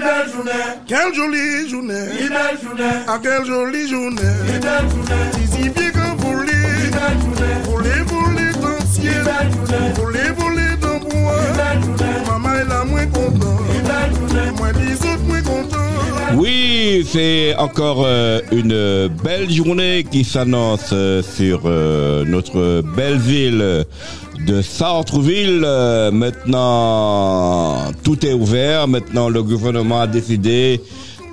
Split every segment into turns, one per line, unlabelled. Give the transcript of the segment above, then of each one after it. journée,
Quelle jolie journée,
une belle journée,
ah quelle jolie journée.
une belle journée,
Si bien que vous
une
les,
belle journée,
vous les voulez dans le
une
ciel,
belle journée,
vous les voulez dans le
une
bois.
belle journée,
Maman est là moins content,
une belle journée.
moi les autres moins content.
Oui, c'est encore euh, une belle journée qui s'annonce euh, sur euh, notre belle ville de Sartreville. Euh, maintenant, tout est ouvert. Maintenant, le gouvernement a décidé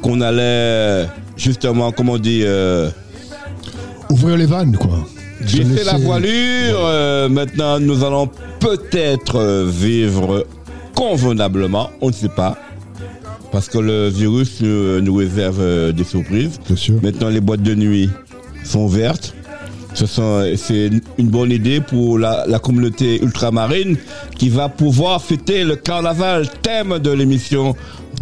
qu'on allait justement, comment on dit, euh,
Ouvrir les vannes, quoi. Je ne
baisser la
sais-
voilure. Euh, maintenant, nous allons peut-être euh, vivre convenablement. On ne sait pas. Parce que le virus euh, nous réserve euh, des surprises.
Bien sûr.
Maintenant, les boîtes de nuit sont vertes. Ce sont- c'est une bonne idée pour la, la communauté ultramarine qui va pouvoir fêter le carnaval, thème de l'émission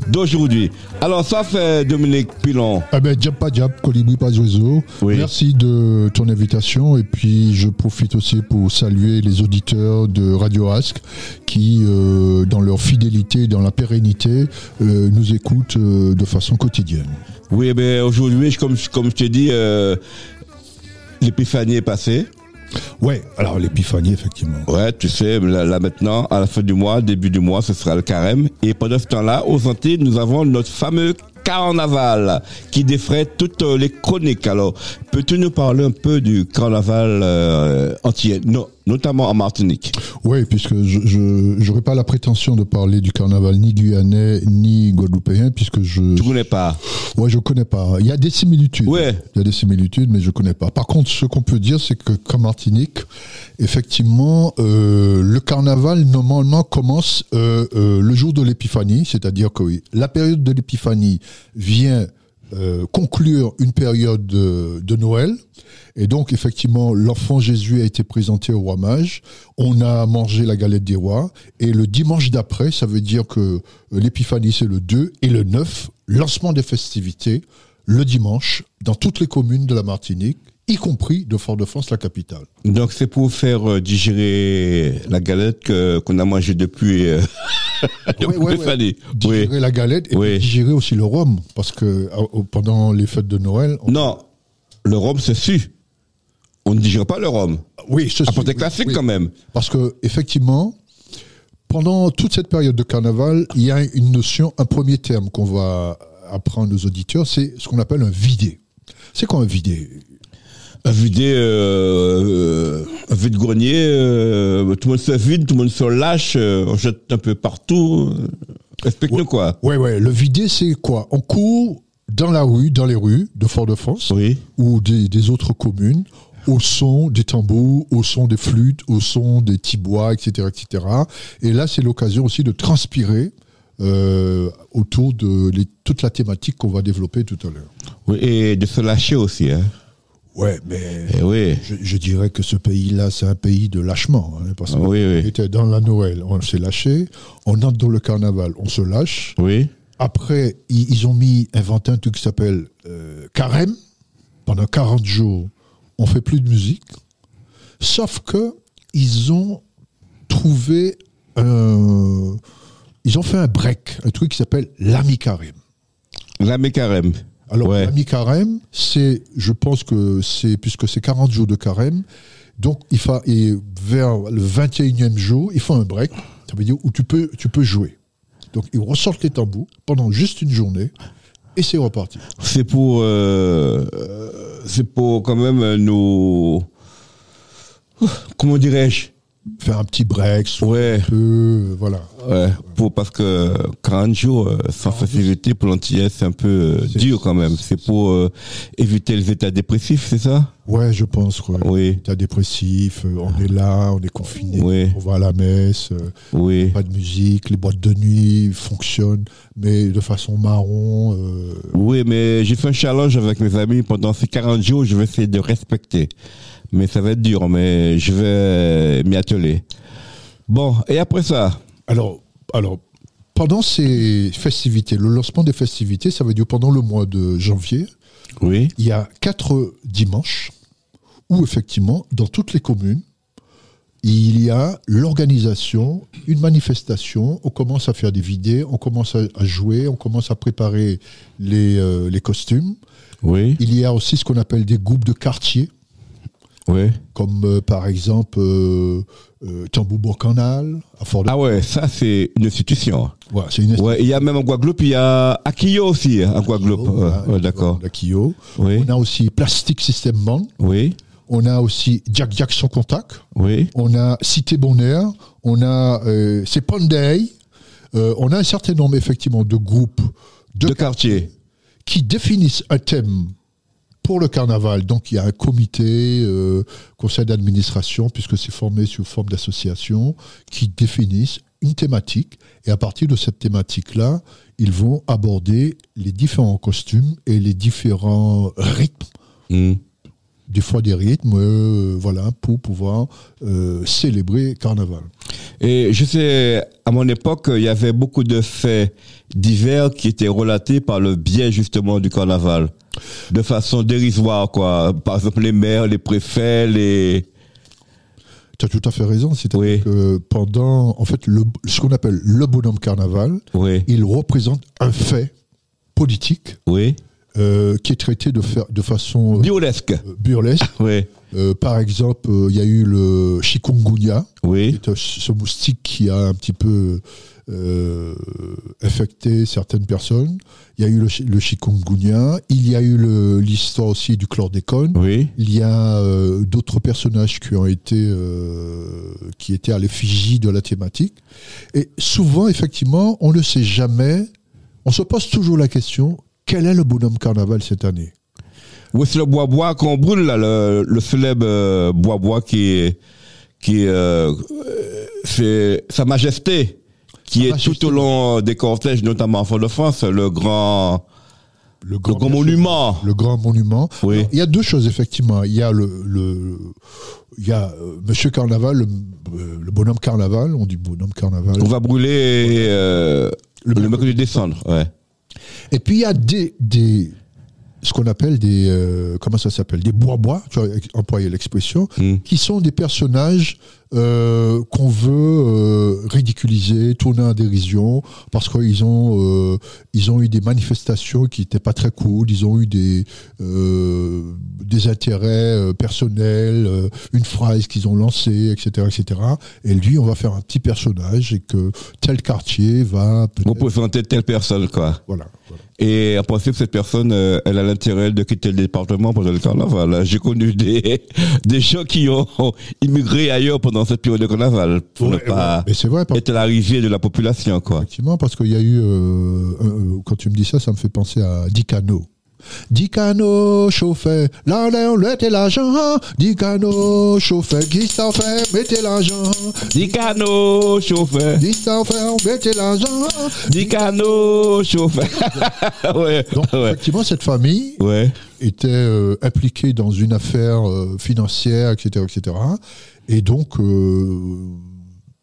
d'aujourd'hui. Alors ça fait Dominique Pilon.
Ah ben, diable pas diable, colibri pas oiseau.
Oui.
Merci de ton invitation et puis je profite aussi pour saluer les auditeurs de Radio Ask qui, euh, dans leur fidélité, dans la pérennité, euh, nous écoutent euh, de façon quotidienne.
Oui, mais aujourd'hui, je- comme, comme je t'ai dit, euh, l'épiphanie est passée.
Ouais, alors l'épiphanie, effectivement.
Ouais, tu sais, là, là maintenant, à la fin du mois, début du mois, ce sera le carême. Et pendant ce temps-là, aux Antilles, nous avons notre fameux carnaval qui défraie toutes euh, les chroniques. Alors, peux-tu nous parler un peu du carnaval euh, antillais, non, notamment en Martinique
Oui, puisque je n'aurais pas la prétention de parler du carnaval ni guyanais ni guadeloupéen, puisque je
Tu connais pas
ouais, je connais pas. Il y a des similitudes.
Ouais.
Il y a des similitudes, mais je connais pas. Par contre, ce qu'on peut dire, c'est que comme Martinique, effectivement, euh, le carnaval normalement commence euh, euh, le jour de l'épiphanie, c'est-à-dire que oui, la période de l'épiphanie vient euh, conclure une période de, de Noël. Et donc, effectivement, l'enfant Jésus a été présenté au roi mage. On a mangé la galette des rois. Et le dimanche d'après, ça veut dire que euh, l'épiphanie, c'est le 2 et le 9, lancement des festivités, le dimanche, dans toutes les communes de la Martinique, y compris de Fort-de-France, la capitale.
Donc, c'est pour faire euh, digérer la galette que- qu'on a mangée depuis, euh, depuis
ouais, ouais.
l'épiphanie. Oui.
Digérer la galette et
Oui.
puis digérer aussi le rhum, parce que à- au- pendant les fêtes de Noël... on-
Non, le rhum se su. On ne digère pas le rhum. Ah,
Oui, ce
Apporté
oui,
classique
Ah, oui.
quand même.
Parce que effectivement, pendant toute cette période de carnaval, il y a une notion, un premier terme qu'on va apprendre aux auditeurs, c'est ce qu'on appelle un vidé. C'est quoi un vidé
Un vidé, euh, euh, un vide-grenier, euh, tout le monde se vide, tout le monde se lâche, euh, on jette un peu partout. euh, Explique-nous quoi.
Ouais, ouais. Le vidé, c'est quoi On court dans la rue, dans les rues de Fort-de-France
Oui.
ou des, des autres communes au son des tambours, au son des flûtes, au son des tibois, etc., etc. Et là, c'est l'occasion aussi de transpirer euh, autour de les- toute la thématique qu'on va développer tout à l'heure.
oui. Et de se lâcher aussi. Hein.
Ouais, mais
Et Eh oui.
Je, je dirais que ce pays-là, c'est un pays de lâchement. hein, parce
Ah oui,
qu'on
oui.
était dans la Noël, on s'est lâché. On entre dans le carnaval, on se lâche.
Oui.
Après, i- ils, ont mis, inventé un truc qui s'appelle euh, carême. Pendant 40 jours, on fait plus de musique. Sauf que ils ont trouvé un... Ils ont fait un break, un truc qui s'appelle l'ami carême.
La carême.
Alors,
Ouais.
l'ami carême, c'est, je pense que c'est, puisque c'est 40 jours de carême, donc il fa, et vers le 21e jour, ils font un break, ça veut dire où tu peux, tu peux jouer. Donc, ils ressortent les tambours pendant juste une journée, et c'est reparti.
C'est pour, euh, euh, c'est pour quand même euh, nous, comment dirais-je?
Faire un petit break, souffler
Ouais.
un peu, euh, voilà.
Ouais, pour, parce que 40 jours euh, sans facilité pour l'antillais, c'est un peu euh,
C'est-
dur quand même. C'est pour euh, éviter les états dépressifs, c'est ça
Ouais, je pense, ouais.
Oui,
T'as dépressif, euh, on est là, on est confiné,
Ouais.
on va à la messe, euh,
oui.
pas de musique, les boîtes de nuit fonctionnent, mais de façon marron, euh,
Oui, mais j'ai fait un challenge avec mes amis pendant ces 40 jours, je vais essayer de respecter. Mais ça va être dur, mais je vais m'y atteler. Bon, et après ça
Alors, alors, pendant ces festivités, le lancement des festivités, ça veut dire pendant le mois de janvier,
Oui.
il y a quatre dimanches où, effectivement, dans toutes les communes, il y a l'organisation, une manifestation, on commence à faire des vidéos, on commence à, à jouer, on commence à préparer les, euh, les costumes.
Oui,
Il y a aussi ce qu'on appelle des groupes de quartier,
oui.
comme euh, par exemple euh, euh, Tambourbourg-Canal, à fort de
Ah ouais, ça c'est une institution.
Voilà, c'est une
Ah. Ouais, il y a même en Guadeloupe, il y a Akio aussi, hein, en Guadeloupe.
Voilà,
Ouais, ouais, D'accord.
la Kyo.
Oui.
On a aussi Plastic System Band,
Oui,
on a aussi Jack Jack sans contact,
oui.
on a Cité Bonheur, on a euh, c'est Pandey, Euh, on a un certain nombre effectivement de groupes de,
De quartier.
qui définissent un thème pour le carnaval. Donc il y a un comité, euh, conseil d'administration, puisque c'est formé sous forme d'association, qui définissent une thématique. Et à partir de cette thématique-là, ils vont aborder les différents costumes et les différents rythmes
Hmm.
des fois des rythmes, euh, voilà, pour pouvoir euh, célébrer carnaval.
Et je sais, à mon époque, il y avait beaucoup de faits divers qui étaient relatés par le biais justement du carnaval. De façon dérisoire, quoi. Par exemple, les maires, les préfets, les...
Tu as tout à fait raison, c'est-à-dire
Oui.
que pendant, en fait, le, ce qu'on appelle le bonhomme carnaval,
Oui,
il représente un fait politique
oui.
euh, qui est traité de, fa- de façon euh,
Biolesque.
burlesque.
Oui,
Euh, par exemple, euh, il y a eu le chikungunya, qui
oui,
est un- ce moustique qui a un petit peu euh, infecté certaines personnes. Il y a eu le, chi- le chikungunya, il y a eu le- l'histoire aussi du chlordécone.
oui.
Il y a euh, d'autres personnages qui ont été euh, qui étaient à l'effigie de la thématique. Et souvent, effectivement, on ne sait jamais. On se pose toujours la question quel est le bonhomme carnaval cette année
Oui, c'est le bois-bois qu'on brûle, là, le, le célèbre euh, bois-bois qui est, qui est, euh, euh, c'est Sa Majesté, qui
Sa
est
Majesté.
tout au long des cortèges, notamment en Fort-de-France, le grand, le grand monument.
Le grand monument.
Oui.
Alors, Il y a deux choses effectivement. Il y a le, le il y a euh, Monsieur Carnaval, le, euh, le bonhomme Carnaval. On dit bonhomme Carnaval.
On va brûler euh, le, mercredi décembre. Ouais.
Et puis il y a des, des ce qu'on appelle des euh, comment ça s'appelle des bois-bois, tu as ex- employé l'expression,
Mm.
qui sont des personnages euh, qu'on veut euh, ridiculiser, tourner en dérision parce qu'ils ont euh, ils ont eu des manifestations qui n'étaient pas très cool, ils ont eu des euh, des intérêts euh, personnels, euh, une phrase qu'ils ont lancée, etc., etc. Et lui, on va faire un petit personnage et que tel quartier va peut-être-
Représenter telle personne, quoi.
voilà. voilà.
Et en principe, cette personne, euh, elle a l'intérêt de quitter le département pendant le carnaval. hein. J'ai connu des, des gens qui ont immigré ailleurs pendant cette période de carnaval pour
Ouais,
ne pas
Mais c'est vrai, par-
être à l'arrivée de la population, quoi.
effectivement, parce qu'il y a eu. euh, un- euh, quand tu me dis ça, ça me fait penser à Dicano. Dicano, chauffeur, là, là, on mettez l'argent. Dicano, chauffeur, Christopher, mettez l'argent.
Dicano, chauffeur.
Christopher, mettez l'argent.
Dicano, chauffeur. ouais,
Donc,
ouais.
effectivement, cette famille
Ouais.
était euh, impliquée dans une affaire euh, financière, etc., etc. Et donc, euh,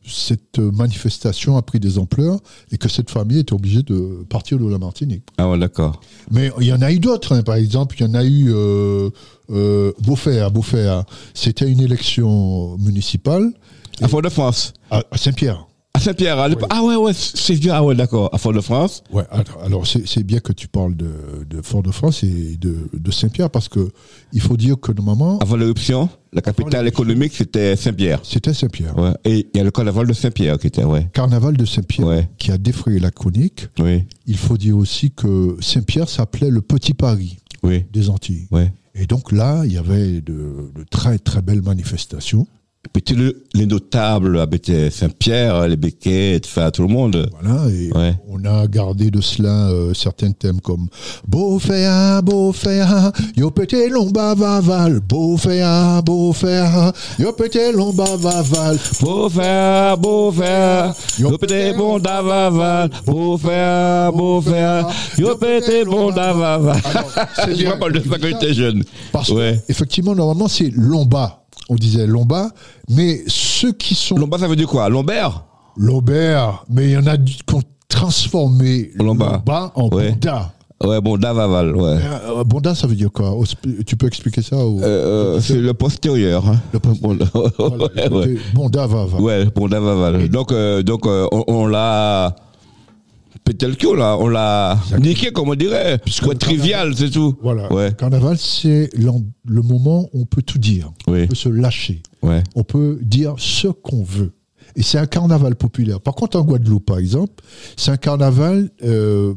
cette manifestation a pris des ampleurs et que cette famille était obligée de partir de la Martinique.
Ah ouais, d'accord.
Mais il y en a eu d'autres, hein. par exemple, il y en a eu euh, euh, Beaufaire, Beaufaire. C'était une élection municipale
À Fort-de-France.
à, à Saint-Pierre.
À Saint-Pierre. à l'époque. Ah ouais, ouais, c'est vieux. Ah ouais, d'accord. À Fort-de-France.
Ouais, alors, alors c'est c'est bien que tu parles de, de Fort-de-France et de, de Saint-Pierre parce que il faut dire que normalement,
Avant l'éruption, la capitale économique, c'était Saint-Pierre.
c'était Saint-Pierre.
Ouais. Et il y a le carnaval de Saint-Pierre qui était, ouais.
Carnaval de Saint-Pierre
Ouais.
qui a défrayé la chronique.
Oui,
Il faut dire aussi que Saint-Pierre s'appelait le Petit Paris
oui,
des Antilles.
ouais.
Et donc là, il y avait de, de très très belles manifestations.
Puis tous les- les notables habitaient Saint-Pierre, les béquets, enfin, tout le monde.
Voilà, et
Ouais.
on a gardé de cela euh, certains thèmes comme Beauféa, Beauféa, yo pété lomba vaval, Beauféa, Beauféa, yo pété lomba vaval.
Beau faire, beau faire, yo pété bon d'avaval. Beau faire, beau faire, yo pété bon d'avaval.
Alors, c'est
Je me
bien,
rappelle de ça quand
c'est
j'étais jeune.
Parce
ouais.
que, effectivement, normalement, c'est lomba. On disait lomba, mais ceux qui sont
Lombard, ça veut dire quoi Lombert
lombaires, mais il y en a qui ont transformé
Lomba.
lomba en
Ouais.
bonda.
Ouais, bon, Davaval, ouais.
Euh, Bonda, ça veut dire quoi Osp- Tu peux expliquer ça au-
Euh, euh, c'est le postérieur. hein.
Le poste-
Bonda,
Voilà,
ouais, ouais.
écoutez, Bonda va, va.
Ouais, Bonda Vaval. Donc, euh, donc euh, on, on l'a. Peut-être qu'on l'a, on l'a niqué, comme on dirait.
le
Ouais, trivial, c'est tout.
Voilà.
Ouais,
Carnaval, c'est l'en- le moment où on peut tout dire.
Oui.
On peut se lâcher.
ouais.
On peut dire ce qu'on veut. Et c'est un carnaval populaire. Par contre, en Guadeloupe, par exemple, c'est un carnaval, euh,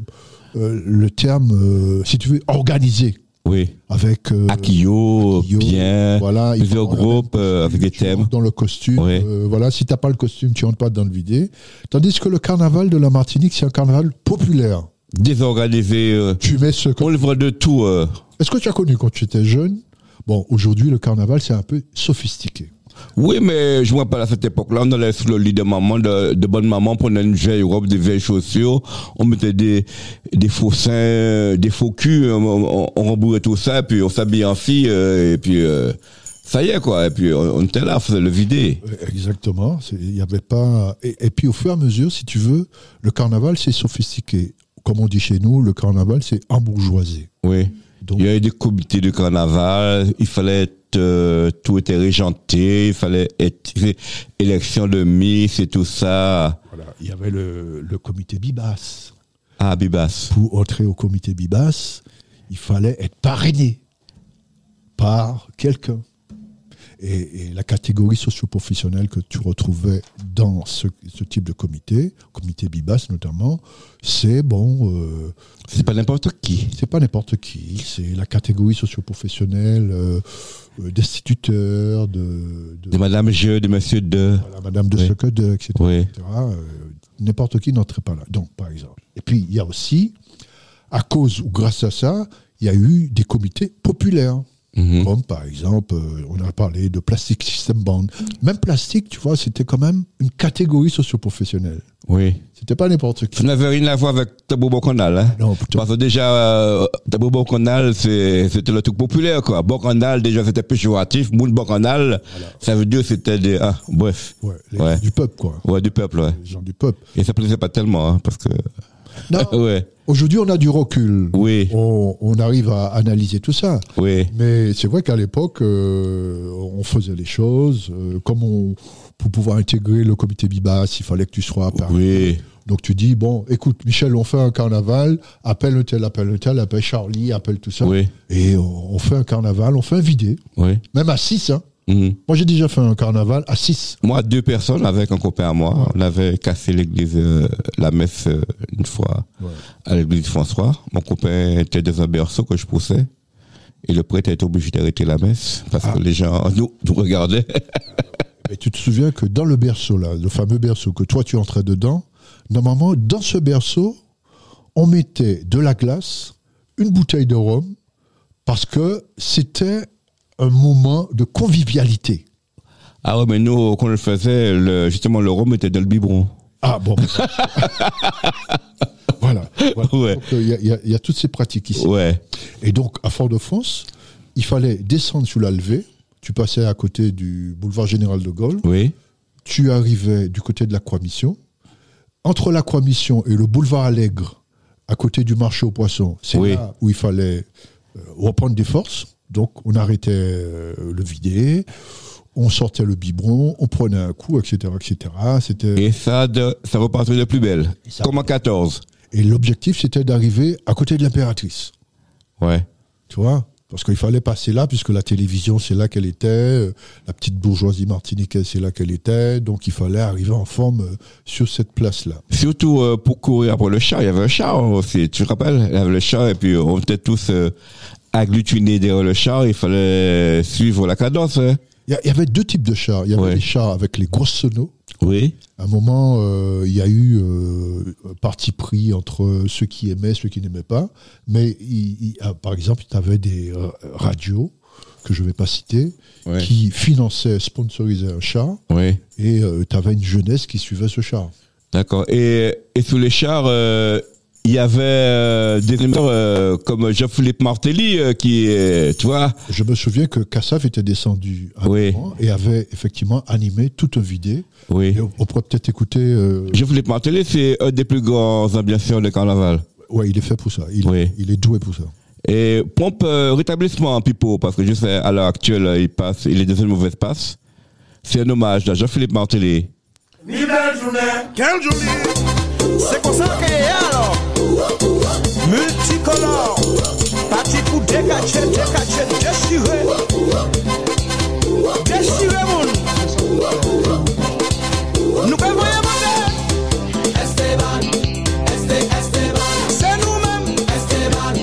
euh, le terme, euh, si tu veux, organisé.
Oui.
Avec euh,
Akio,
Yo,
Ah, bien.
voilà, il
plusieurs
faut-
groupes euh, avec des
tu
thèmes.
rentres dans le costume.
Ouais.
euh, voilà, si t'as pas le costume, tu rentres pas dans le vidé. Tandis que le carnaval de la Martinique, c'est un carnaval populaire.
Désorganisé. euh,
Tu mets ce que
on le voit de tout. euh.
Est-ce que tu as connu quand tu étais jeune Bon, aujourd'hui, le carnaval, c'est un peu sophistiqué.
Oui, mais je me rappelle à cette époque-là, on allait sur le lit de maman, de, de bonne maman, prenait une vieille robe, des vieilles chaussures, on mettait des, des faux seins, euh, des faux culs, on, on, on rembourrait tout ça, puis on s'habillait en fille, euh, et puis euh, ça y est, quoi. Et puis on, on était là, on faisait le vidé.
Euh, Exactement. c'est- Il n'y avait pas. Et, et puis, au fur et à mesure, si tu veux, le carnaval, c'est sophistiqué. Comme on dit chez nous, le carnaval, c'est embourgeoisé.
Oui.
Donc,
Il y avait des comités de carnaval, il fallait être, euh, tout était régenté, il fallait être il y avait élection de Miss et tout ça
voilà, il y avait le, le comité Bibas.
à Bibas.
Pour entrer au comité Bibas, il fallait être parrainé par quelqu'un. Et, et la catégorie socioprofessionnelle que tu retrouvais dans ce, ce type de comité, comité Bibas notamment, c'est bon, euh,
C'est pas n'importe qui.
c'est pas n'importe qui, c'est la catégorie socioprofessionnelle euh, euh, d'instituteurs, de, de-
De Madame Jeu, de Monsieur De.
voilà, Madame de
Oui.
Sequedeux, etc.
Oui.
etc., euh, N'importe qui n'entrait pas là. Donc, par exemple. Et puis, il y a aussi, à cause ou grâce à ça, il y a eu des comités populaires.
Mhm.
Comme par exemple, euh, on a parlé de Plastic System Band. Même plastique, tu vois, c'était quand même une catégorie socioprofessionnelle.
Oui.
C'était pas n'importe qui.
Ça n'avait rien à voir avec Tabou Bocanal. Hein?
Non, plutôt-
Parce que déjà, euh, Tabou Bocanal, c'est- c'était le truc populaire, quoi. Bocanal, déjà, c'était péjoratif. Moun Bocanal, ça veut dire c'était des... Ah, bref.
Ouais, les
Ouais.
gens du peuple, quoi.
Ouais, du peuple, ouais.
Les gens du peuple.
Et ça plaisait pas tellement, hein, parce que...
Non,
ouais.
aujourd'hui, on a du recul.
Oui,
On, on arrive à analyser tout ça.
oui.
Mais c'est vrai qu'à l'époque, euh, on faisait les choses. euh, comme on, pour pouvoir intégrer le comité Bibas, il fallait que tu sois à Paris.
Oui.
Donc tu dis, bon, écoute, Michel, on fait un carnaval, appelle un tel, appelle un tel, appelle Charlie, appelle tout ça.
Oui.
Et on, on fait un carnaval, on fait un vidé,
Oui.
même à 6. Hein.
Mhm.
Moi, j'ai déjà fait un carnaval à 6.
Moi, deux personnes avec un copain à moi, on avait cassé l'église, euh, la messe euh, une fois
Ouais.
à l'église François. Mon copain était dans un berceau que je poussais. Et le prêtre était obligé d'arrêter la messe parce que les gens nous, nous regardaient.
Et tu te souviens que dans le berceau, là, le fameux berceau que toi tu entrais dedans, normalement, dans ce berceau, on mettait de la glace, une bouteille de rhum, parce que c'était un moment de convivialité.
Ah ouais, mais nous, quand on le faisait, le- justement, le rhum était dans le biberon.
Ah bon Voilà. voilà.
Ouais.
Donc, euh, Il y, a- il y a- il y a toutes ces pratiques ici.
Ouais.
Et donc, à Fort-de-France, il fallait descendre sous la levée. Tu passais à côté du boulevard Général de Gaulle.
Oui.
tu arrivais du côté de la Croix-Mission. Entre la Croix-Mission et le boulevard Allègre, à côté du marché aux poissons, c'est
Oui.
là où il fallait euh, reprendre des forces. Donc, on arrêtait euh, le vidé, on sortait le biberon, on prenait un coup, etc. etc. C'était...
Et ça, de, ça repartait de plus belle.
ça-
Comme en 14.
Et l'objectif, c'était d'arriver à côté de l'impératrice.
Ouais.
Tu vois Parce qu'il fallait passer là, puisque la télévision, c'est là qu'elle était, euh, la petite bourgeoisie martiniquaise, c'est là qu'elle était. Donc, il fallait arriver en forme euh, sur cette place-là.
Surtout euh, pour courir après le chat. Il y avait un chat aussi, tu te rappelles Il y avait le chat et puis on était tous euh, agglutinés derrière le chat. Il fallait suivre la cadence. hein.
Il y, a- il y avait deux types de chars. Il y avait
Ouais.
les chars avec les grosses sonos.
Oui.
À un moment, euh, il y a eu euh, un parti pris entre ceux qui aimaient, ceux qui n'aimaient pas. Mais il- il- ah, par exemple, tu avais des euh, radios, que je ne vais pas citer,
Ouais.
qui finançaient, sponsorisaient un char.
Oui.
Et tu avais une jeunesse qui suivait ce char.
D'accord. Et, et sous les chars, euh, il y avait euh, des émetteurs euh, comme Jean-Philippe Martelly euh, qui, est, tu vois,
Je me souviens que Kassav était descendu à un
Oui.
moment et avait effectivement animé tout un vidé.
oui.
Et on, on pourrait peut-être écouter. euh,
Jean-Philippe Martelly, c'est un des plus grands ambianceurs de carnaval.
ouais, il est fait pour ça. Il,
Oui.
il est doué pour ça.
Et pompe euh, rétablissement, Pipo, parce que je sais, à l'heure actuelle, euh, il passe, il est dans une mauvaise passe. C'est un hommage à Jean-Philippe Martelly.
Ni belle journée.
Quel joli
C'est comme ça que est alors. Multicolore. Parti pour décacher, décacher, déchirer. Déchirer, mon. Nous pouvons y aller.
Esteban, este, Esteban,
C'est nous-mêmes.
Esteban,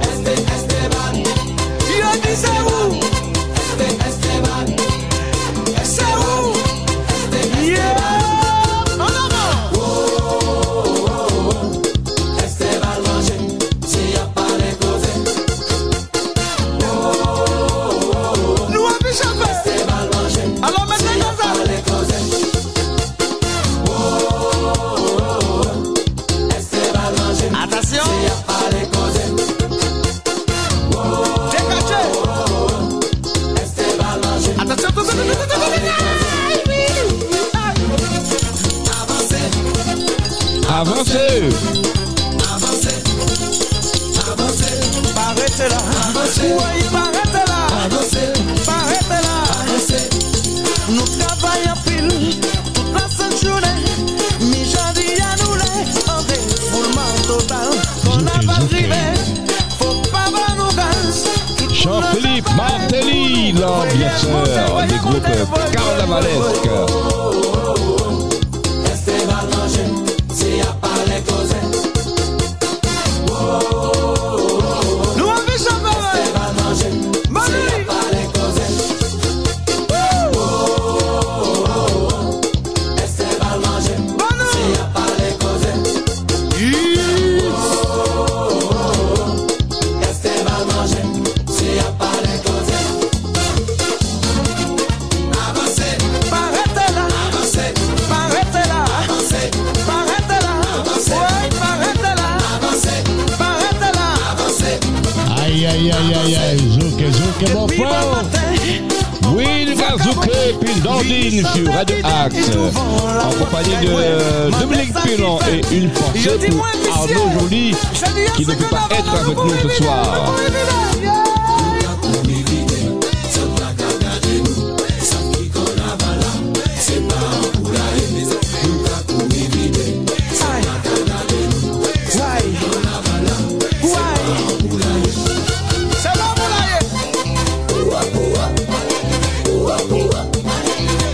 este, Esteban,
Il a dit c'est où
este, Esteban,
C'est où Yeah. En avant.
Esteban manger, si y'a pas les causes,
Nous avons pu chaper.
Esteban manger,
Alors maintenant, comme ça.
pas les causes. Esteban manger,
Attention.
si y'a pas les causes,
Décacher.
Esteban manger,
Attention. tout, tout, tout, tout, tout, tout, tout. Ah.
avancez,
Avancez
avancez, avancez,
Arrêtez là.
avancez,
Oui, arrêtez là.
avancez,
Arrêtez là.
avancez,
Nou travay apil, tout la san jounen Mi jandi anoule, an refoulman total Kon
Joker,
ap
Joker.
arrive, fok pa ba nou gaz
Jean-Philippe Martelly, l'ambianceur des groupes carnavalesques.
Esteban manger, si y'a pas les causes,
Nou avi chanpere,
Esteban manger,
manoui
pas les causes, Esteban manger,
Manoui,
y'a pas les causes, Esteban manger, si y'a pas les causes, avancez,
parete la,
avancez,
parete la
avancez,
Parete la, woy parete la
avancez,
Parete la,
avancez,
Aïe, aïe, aïe, aïe, aïe. Zouk, zouk, bon
depi bon
frère.
maten
Oui, Lucas Zouké, puis Dandine sur Radio Axe, en compagnie de euh, Dominique Pilon et une pensée pour Arnaud Joly, qui ne peut pas être avec nous ce soir.
hein.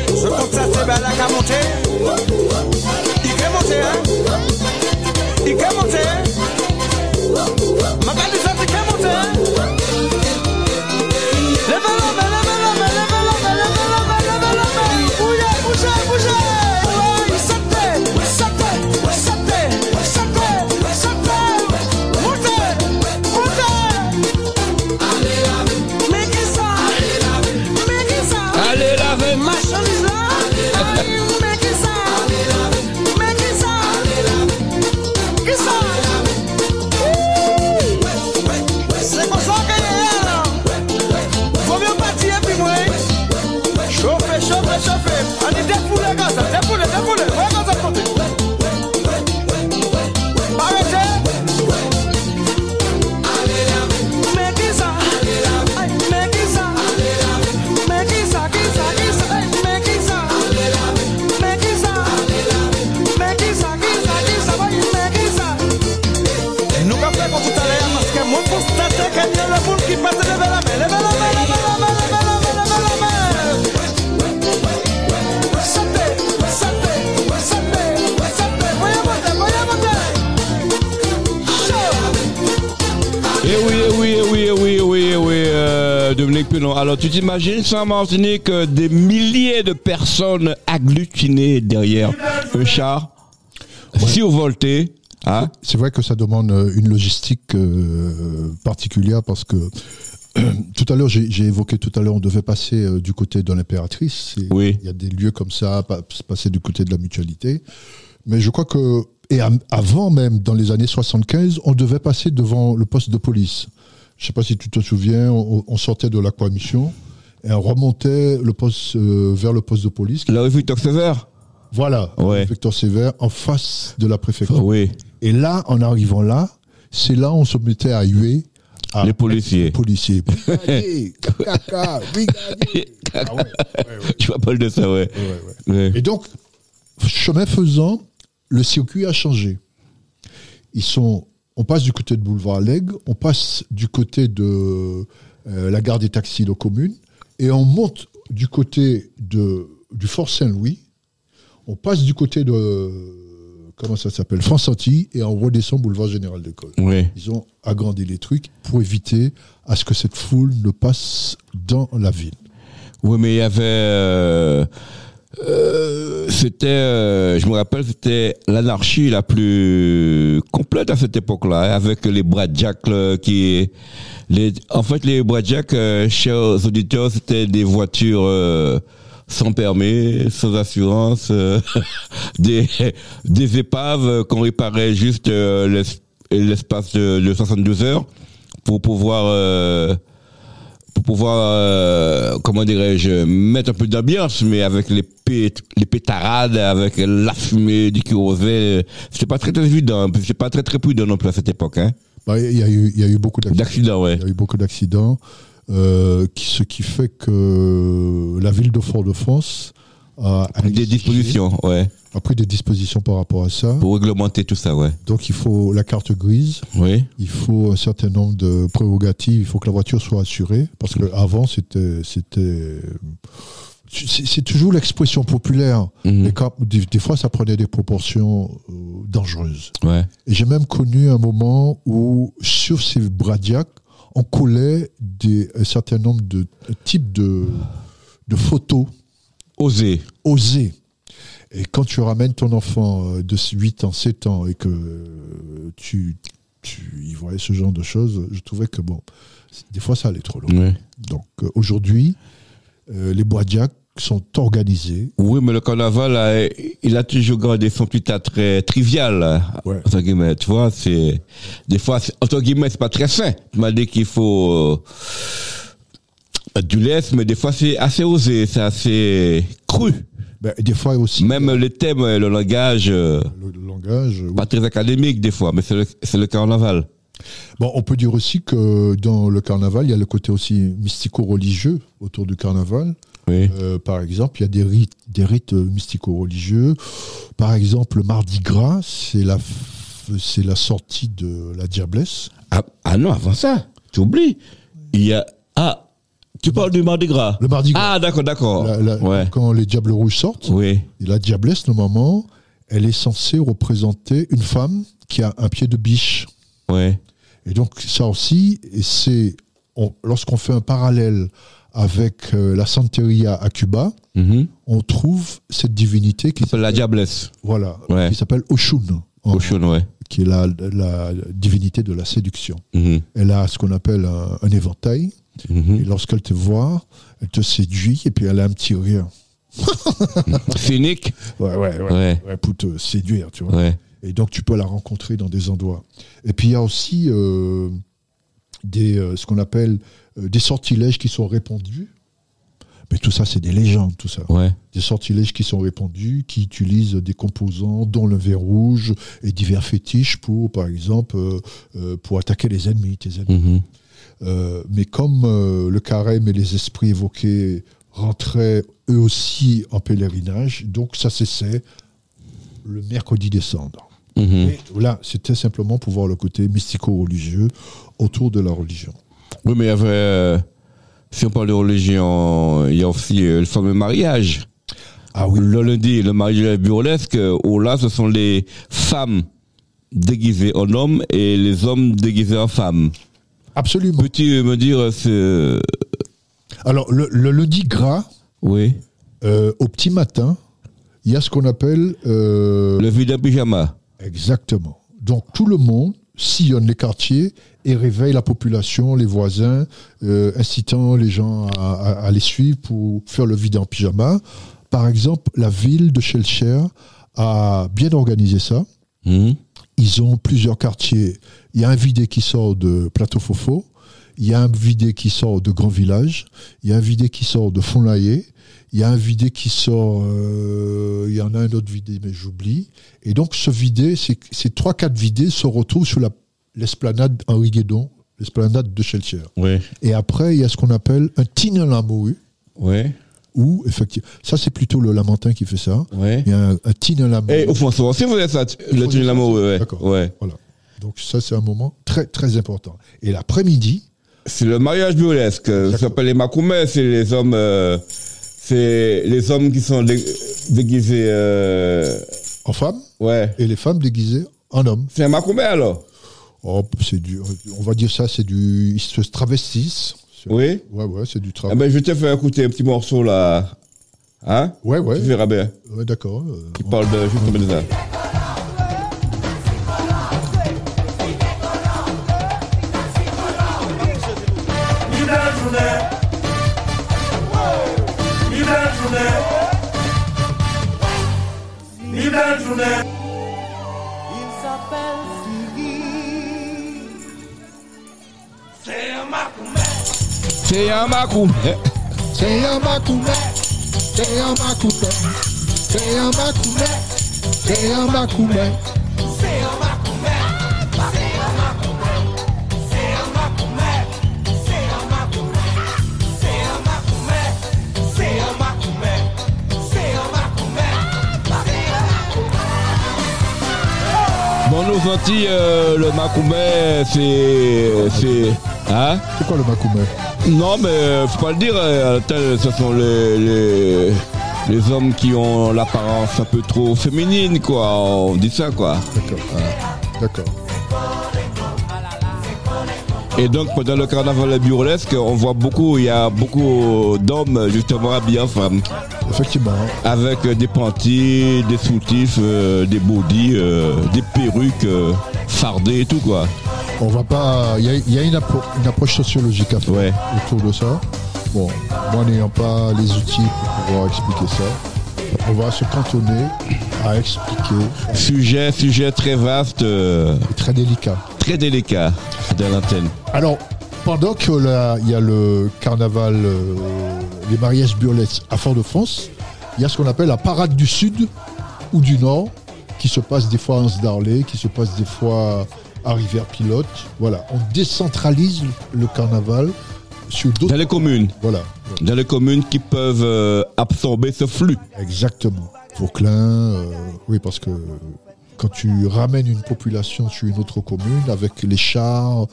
Il est monté, hein? Magali, ça, c'est est monté, hein? Leve la main, leve la main, leve la main, leve la main, leve la main. Bougez, bougez, bougez. Ouais, sautez, sautez, sautez, sautez, sautez. Montez, montez. Mais qui ça? Mais qui ça?
Allez, la veine
Ma chérie, là. Mais qui ça? Mais qui ça? Qui ça? C'est pour ça qu'il est là. Faut bien partir, puis moi. Chauffez, chauffez, chauffez. Allez, défoulez, gars, ça. Défoulez, défoulez. Ouais, gars, ça, côté. Arrêtez. Mais qui ça? Aïe, mais qui ça? Mais qui ça, qui ça, qui ça? Aïe, mais qui ça? Mais qui ça? Mais qui ça, qui ça, qui ça? Aïe, mais qui ça? Nous qu'a fait qu'on tout à l'heure, parce que moi, constate qu'il y a le monde qui passe, levez la main, levez la main, levez la main, levez la main, levez la main.
Eh oui, eh oui, eh oui, eh oui, eh oui, eh oui, euh, Dominique Pilon. Alors, tu t'imagines ça, Martinique, euh, des milliers de personnes agglutinées derrière un char, survolté, hein
C'est vrai que ça demande euh, une logistique euh, particulière parce que tout à l'heure, j'ai j'ai évoqué tout à l'heure, on devait passer euh, du côté de l'impératrice. Et
Oui.
Il y a des lieux comme ça, pa- passer du côté de la mutualité. Mais je crois que, et am- avant même, dans les années 75, on devait passer devant le poste de police. Je sais pas si tu te souviens, on, on sortait de l'aquamission et on remontait le poste, euh, vers le poste de police.
La revue Talk Fever
Voilà,
Ouais. Oh.
le Sévère, en face de la préfecture.
Oui.
Et là, en arrivant là, c'est là où on se mettait à huer. à-
Les policiers.
Les policiers. Brigadier, caca, brigadier. Ah ouais, ouais, ouais,
Tu m'appelles de ça, ouais.
ouais, ouais.
Ouais.
Et donc, chemin faisant, le circuit a changé. Ils sont, on passe du côté de Boulevard Allègre, on passe du côté de euh, la gare des taxis de commune, et on monte du côté de, du Fort Saint-Louis, on passe du côté de, euh, comment ça s'appelle, France Antilles, et on redescend Boulevard Général de Gaulle.
Ouais.
Ils ont agrandi les trucs pour éviter à ce que cette foule ne passe dans la ville.
Oui, mais il y avait. euh, euh, c'était, euh, je me rappelle, c'était l'anarchie la plus complète à cette époque-là, hein, avec les bradjacks euh, qui, les, en fait, les bradjacks, euh, chers auditeurs, c'était des voitures euh, sans permis, sans assurance, euh, des des épaves qu'on réparait juste euh, l'es- l'espace de, de 72 heures pour pouvoir euh, pour pouvoir, euh, comment dirais-je, mettre un peu d'ambiance, mais avec les, pét- les pétarades, avec la fumée du kérosène, c'était pas très, très évident, c'était pas très très prudent non plus à cette époque, hein.
Bah, Il y, a eu- il y a eu beaucoup d'accidents.
D'accident, ouais.
Il y a eu beaucoup d'accidents, euh, qui- ce qui fait que la ville de Fort-de-France a, a
Des
exigé-
dispositions, ouais,
a pris des dispositions par rapport à ça.
pour réglementer tout ça, ouais.
Donc il faut la carte grise,
Oui.
il faut un certain nombre de prérogatives, il faut que la voiture soit assurée, parce que avant c'était c'était c'est c'est toujours l'expression populaire.
Mhm.
Mais quand- des, des fois, ça prenait des proportions euh, dangereuses.
Ouais.
Et J'ai même connu un moment où, sur ces bradiacs, on collait des, un certain nombre de types de, de photos
Oser.
osées. Et quand tu ramènes ton enfant euh, de 8 ans, 7 ans, et que euh, tu, tu y voyais ce genre de choses, je trouvais que, bon, c- des fois, ça allait trop loin.
Ouais.
Donc, euh, aujourd'hui, euh, les bradiacs sont organisés.
Oui, mais le carnaval, là, il a toujours gardé son petit attrait trivial, là,
Ouais.
entre guillemets. Tu vois, c'est des fois, c'est- entre guillemets, c'est pas très fin. Tu m'as dit qu'il faut euh, du lest, mais des fois, c'est assez osé, c'est assez cru.
Ben, des fois aussi,
Même les thèmes, le langage, euh,
le, le langage... oui.
pas très académique des fois, mais c'est le, c'est le carnaval.
Bon, on peut dire aussi que dans le carnaval, il y a le côté aussi mystico-religieux autour du carnaval.
Oui.
Euh, par exemple, il y a des rites, des rites euh, mystico-religieux. Par exemple, le Mardi Gras, c'est la, f- c'est la sortie de la diablesse.
Ah, ah non, avant ça, tu oublies. Il y a ah, tu parles du Mardi Gras.
Le Mardi Gras.
Ah d'accord, d'accord.
La- la-
Ouais.
Quand les diables rouges sortent,
Oui.
et la diablesse, normalement, elle est censée représenter une femme qui a un pied de biche.
Ouais.
Et donc ça aussi, et c'est on- lorsqu'on fait un parallèle avec euh, la Santeria à Cuba,
Mhm.
on trouve cette divinité qui
C'est
s'appelle
La diablesse.
voilà,
Ouais.
qui s'appelle Oshun, en-
Cochon, ouais.
qui est la, la divinité de la séduction.
Mhm.
Elle a ce qu'on appelle un, un éventail,
Mhm.
et lorsqu'elle te voit, elle te séduit, et puis elle a un petit rire.
Cynique.
Ouais, ouais, ouais.
Ouais.
Ouais, pour te séduire, tu vois.
Ouais.
Et donc, tu peux la rencontrer dans des endroits. Et puis, il y a aussi euh, des, euh, ce qu'on appelle euh, des sortilèges qui sont répandus. Mais tout ça, c'est des légendes, tout ça.
Ouais.
Des sortilèges qui sont répandus, qui utilisent des composants, dont le verre rouge et divers fétiches pour, par exemple, euh, euh, pour attaquer les ennemis, tes ennemis.
Mhm.
Euh, mais comme euh, le carême et les esprits évoqués rentraient eux aussi en pèlerinage, donc ça cessait le mercredi décembre.
Mhm.
Mais Là, c'était simplement pour voir le côté mystico-religieux autour de la religion.
Oui, mais il y avait. euh, si on parle de religion, il y a aussi euh, le fameux mariage.
Ah oui.
Le lundi, le mariage burlesque, euh, où là, ce sont les femmes déguisées en hommes et les hommes déguisés en femmes.
Absolument.
Peux-tu me dire euh, ce.
Alors, le, le lundi gras,
Oui.
euh, au petit matin, il y a ce qu'on appelle... euh,
Le vide en pyjama.
Exactement. Donc, tout le monde sillonne les quartiers et réveille la population, les voisins, euh, incitant les gens à, à- à les suivre pour faire le vide en pyjama. Par exemple, la ville de Shellcher a bien organisé ça.
Mhm.
Ils ont plusieurs quartiers. Il y a un vidé qui sort de Plateau Fofo, il y a un vidé qui sort de Grand Village, il y a un vidé qui sort de Fontlaillé, il y a un vidé qui sort, euh, il y en a un autre vidé, mais j'oublie. Et donc ce vidé, c'est- ces trois, quatre vidés se retrouvent sur la, l'esplanade Henri Guédon, l'esplanade de Chelcher.
Oui,
Et après, il y a ce qu'on appelle un tine la morue,
oui,
où, effectivement, ça c'est plutôt le Lamentin qui fait ça.
oui.
Il y a un, un tine la morue.
Et au François, si vous êtes ça, le
Faut
tunnel
dire
l'amour,
ça.
ouais,
D'accord.
ouais.
Voilà. Donc ça, c'est un moment très, très important. Et l'après-midi,
C'est le mariage burlesque. Ça s'appelle les macoumets, c'est les hommes, euh, c'est les hommes qui sont dé- déguisés, euh,
en femme,
ouais.
et les femmes déguisées en homme.
C'est un macoumé alors?
Oh, c'est du, on va dire ça, c'est du, ils se travestissent. C'est-
Oui.
Ouais, ouais, c'est du
Ah
travail.
ben, je vais te faire écouter un petit morceau là. Hein?
Ouais, ouais,
Tu verras bien.
ouais, d'accord. euh,
Il parle de juste comme ça.
Ni belle journée. Ni belle journée. Ni belle journée.
Il s'appelle Siri.
C'est un macoumé.
C'est un macoumé.
C'est un macoumé, c'est un macoumé, c'est un macoumé, c'est un macoumé.
Dans nos Antilles, euh, le macoumé, c'est, c'est, hein?
C'est quoi le macoumé
Non, mais euh, faut pas le dire. euh, tel- Ce sont les, les, les hommes qui ont l'apparence un peu trop féminine, quoi. On dit ça, quoi.
D'accord, ah, d'accord.
Et donc, pendant le carnaval burlesque, on voit beaucoup, il y a beaucoup d'hommes, justement, habillés en femmes.
Effectivement, hein.
Avec euh, des pantis, des soutifs, euh, des bodys, euh, des perruques, euh, fardées et tout, quoi.
on va pas. Il y a, il y a une, appro- une approche sociologique à faire
Ouais.
autour de ça. Bon, moi n'ayant pas les outils pour pouvoir expliquer ça, on va se cantonner à expliquer.
Sujet, sujet très vaste, euh,
C'est très délicat.
très délicat de l'antenne.
Alors, pendant que là, il y a le carnaval, euh, les mariages burlesques à Fort-de-France, il y a ce qu'on appelle la parade du Sud ou du Nord, qui se passe des fois à Anse-Darlé, qui se passe des fois à Rivière-Pilote. Voilà, on décentralise le carnaval sur
Dans
d'autres.
les communes,
Voilà,
dans les communes qui peuvent euh, absorber ce flux.
exactement. Vauclin, euh, oui, parce que quand tu ramènes une population sur une autre commune avec les chars,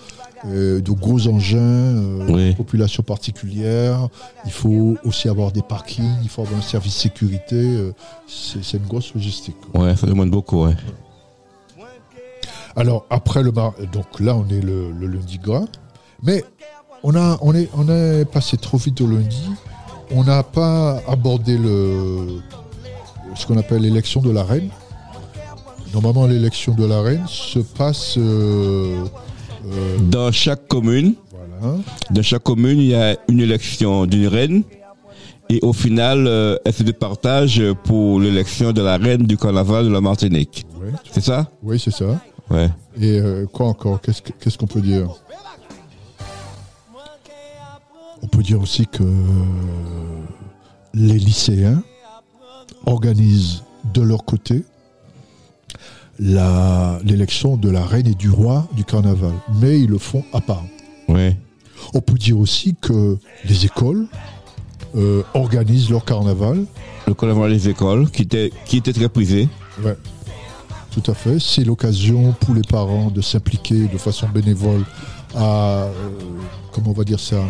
euh, de gros engins, euh,
Oui.
population particulière, il faut aussi avoir des parkings, il faut avoir un service sécurité, euh, c'est c'est une grosse logistique. quoi.
Ouais, ça demande beaucoup, ouais.
Alors après le mar- donc là on est le, le lundi gras, mais on a on est on est passé trop vite au lundi, on n'a pas abordé le ce qu'on appelle l'élection de la reine. Normalement l'élection de la reine se passe euh, euh,
Dans chaque commune,
voilà. hein.
dans chaque commune, il y a une élection d'une reine. Et au final, euh, elle se départage pour l'élection de la reine du carnaval de la Martinique.
Ouais.
C'est ça
Oui c'est ça.
Ouais.
Et euh, quoi encore Qu'est-ce que- qu'est-ce qu'on peut dire On peut dire aussi que les lycéens organisent de leur côté la- l'élection de la reine et du roi du carnaval, mais ils le font à part.
Ouais.
On peut dire aussi que les écoles euh, organisent leur carnaval,
Le carnaval des écoles, qui était, qui était très prisé.
Ouais. Tout à fait. C'est l'occasion pour les parents de s'impliquer de façon bénévole à, euh, comment on va dire ça,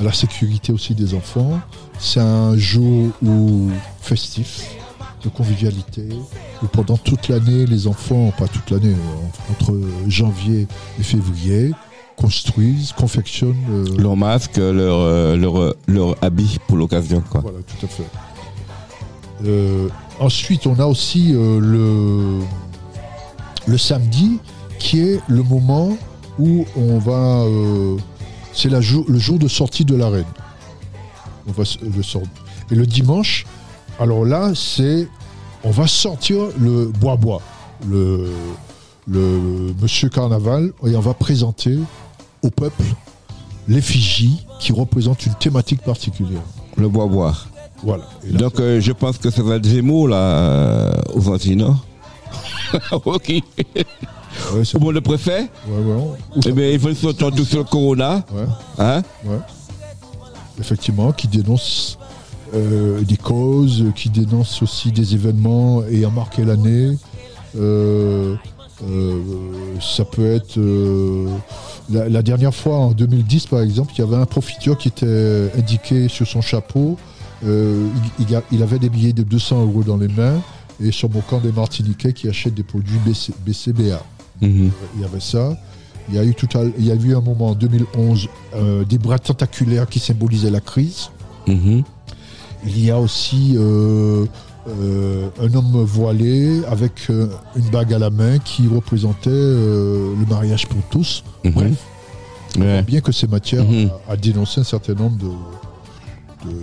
à la sécurité aussi des enfants. C'est un jour où festif, de convivialité, où pendant toute l'année, les enfants, pas toute l'année, en- entre janvier et février, construisent, confectionnent. euh,
Leur masque, leur, euh, leur, euh, leur habit pour l'occasion, quoi.
voilà, tout à fait. Euh, ensuite, on a aussi euh, le, le samedi, qui est le moment où on va. euh, c'est la jour- le jour de sortie de l'arène. On va s- le sort- Et le dimanche, alors là, c'est on va sortir le bois bois, le le Monsieur Carnaval, et on va présenter au peuple l'effigie qui représente une thématique particulière.
Le bois-boire.
Voilà. Et là,
Donc, euh, je pense que ça va être Zemmour, là, euh, aux Antilles, non Ok.
Ouais, c'est-
Ou bon, le préfet
Ouais, ouais, on- ou ça-
Eh bien, ils veulent s'entendre tous sur le corona.
ouais,
Hein
ouais. Effectivement, qui dénonce euh, des causes, qui dénonce aussi des événements ayant marqué l'année. Euh, euh, ça peut être. euh, la, la dernière fois, en 2010, par exemple, il y avait un profiteur qui était indiqué sur son chapeau. Euh, il, il a- il avait des billets de 200 euros dans les mains et sur mon camp des Martiniquais qui achètent des produits BC BCBA.
Mhm.
Il y avait ça. Il y a eu, tout à l- il y a eu un moment en 2011 euh, des bras tentaculaires qui symbolisaient la crise.
Mhm.
Il y a aussi euh, euh, un homme voilé avec euh, une bague à la main qui représentait euh, le mariage pour tous.
Mhm.
Bref,
Ouais.
bien que ces matières
Mhm.
a, a dénoncé un certain nombre de, de,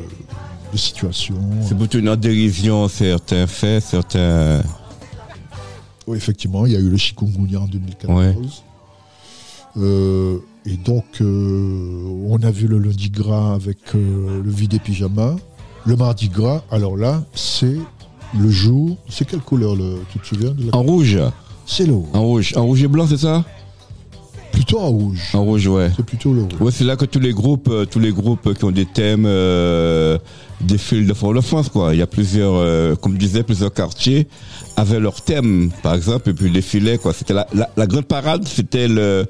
de situations.
C'est plutôt une dérision, certains faits, certains.
Oui, effectivement, il y a eu le chikungunya en 2014. Euh, et donc, euh, on a vu le lundi gras avec euh, le vide et pyjama. Le mardi gras, alors là, c'est le jour. C'est quelle couleur le, Tu te souviens de la...
En rouge
C'est le rouge.
En rouge. En rouge et blanc, c'est ça
Plutôt en rouge.
En rouge, ouais.
C'est plutôt le rouge.
Ouais, c'est là que tous les groupes, euh, tous les groupes qui ont des thèmes euh, défilent de Fort-de-France, quoi. Il y a plusieurs, euh, comme je disais, plusieurs quartiers avaient leur thème, par exemple, et puis défilaient, quoi. C'était la, la, la grande parade, c'était le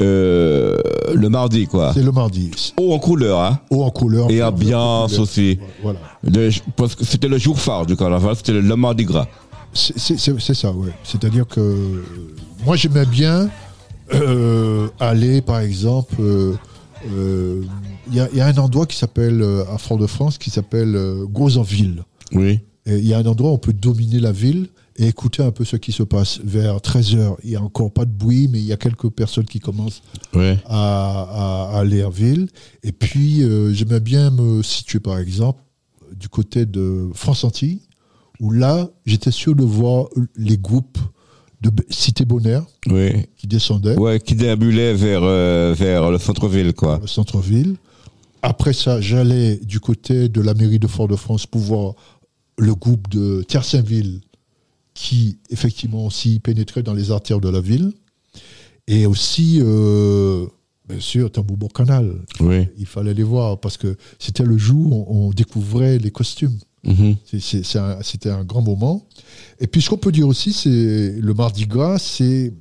euh, le mardi, quoi.
C'est le mardi. C'est
Haut en couleur, hein.
Haut en couleur.
Et
en
ambiance
couleur.
aussi.
Voilà.
Le- je pense que c'était le jour phare du carnaval, c'était le, le mardi gras.
C'est- C'est c'est- c'est ça, ouais. C'est-à-dire que euh, moi, j'aimais bien euh, aller, par exemple, euh, euh, il y, a- il y a un endroit qui s'appelle, euh, à Fort-de-France, qui s'appelle euh, Gozanville.
Oui.
Et Il y a un endroit où on peut dominer la ville et écouter un peu ce qui se passe. Vers 13h, il n'y a encore pas de bruit, mais il y a quelques personnes qui commencent
Ouais.
à, à, à aller en ville. Et puis, euh, j'aimais bien me situer, par exemple, du côté de France-Antilles, où là, j'étais sûr de voir les groupes de B- Cité Bonheur
Oui.
qui descendaient
Ouais, qui déambulait vers euh, vers le centre-ville, quoi.
dans le centre-ville. Après ça, j'allais du côté de la mairie de Fort-de-France pour voir le groupe de Terre-Saint-Ville qui, effectivement, aussi pénétrait dans les artères de la ville. Et aussi, euh, bien sûr, Tambourbourg Canal,
Oui.
il fallait les voir parce que c'était le jour où on découvrait les costumes.
Mhm.
C'est- c'est- c'est un- C'était un, grand moment. Et puis ce qu'on peut dire aussi, c'est le Mardi Gras, c'est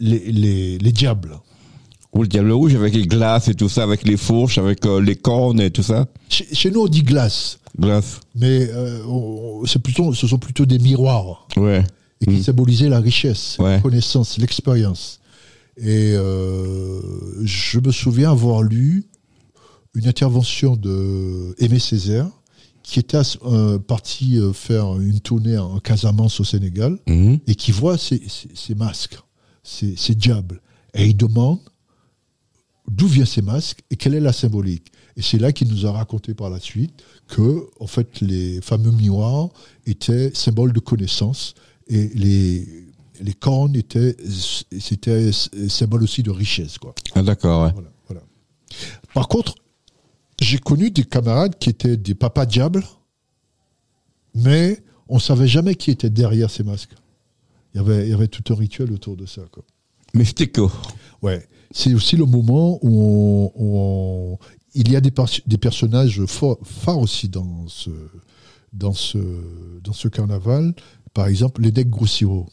les, les, les diables.
Ou le diable rouge avec les glaces et tout ça, avec les fourches, avec euh, les cornes et tout ça.
Chez, chez nous, on dit glace,
Glace.
mais euh, on- on- c'est plutôt, ce sont plutôt des miroirs
Ouais.
et qui
Mm.
symbolisaient la richesse, la
Ouais.
connaissance, l'expérience. Et euh, je me souviens avoir lu une intervention de Aimé Césaire, qui était à ce- euh, parti euh, faire une tournée en Casamance au Sénégal,
Mhm.
et qui voit ces, ces- ces masques, ces, ces diables. Et il demande d'où viennent ces masques et quelle est la symbolique. Et c'est là qu'il nous a raconté par la suite que, en fait, les fameux miroirs étaient symboles de connaissance et les, les cornes étaient, c'était symbole aussi de richesse, quoi.
Ah, d'accord, ouais.
Voilà, voilà. Par contre, j'ai connu des camarades qui étaient des papas diables, mais on ne savait jamais qui était derrière ces masques. Il y avait, il y avait tout un rituel autour de ça. Quoi.
Mystico.
Ouais. C'est aussi le moment où, on- où on- il y a des, pers- des personnages forts, phares aussi dans ce, dans, ce, dans ce carnaval. Par exemple, les decks grossiro.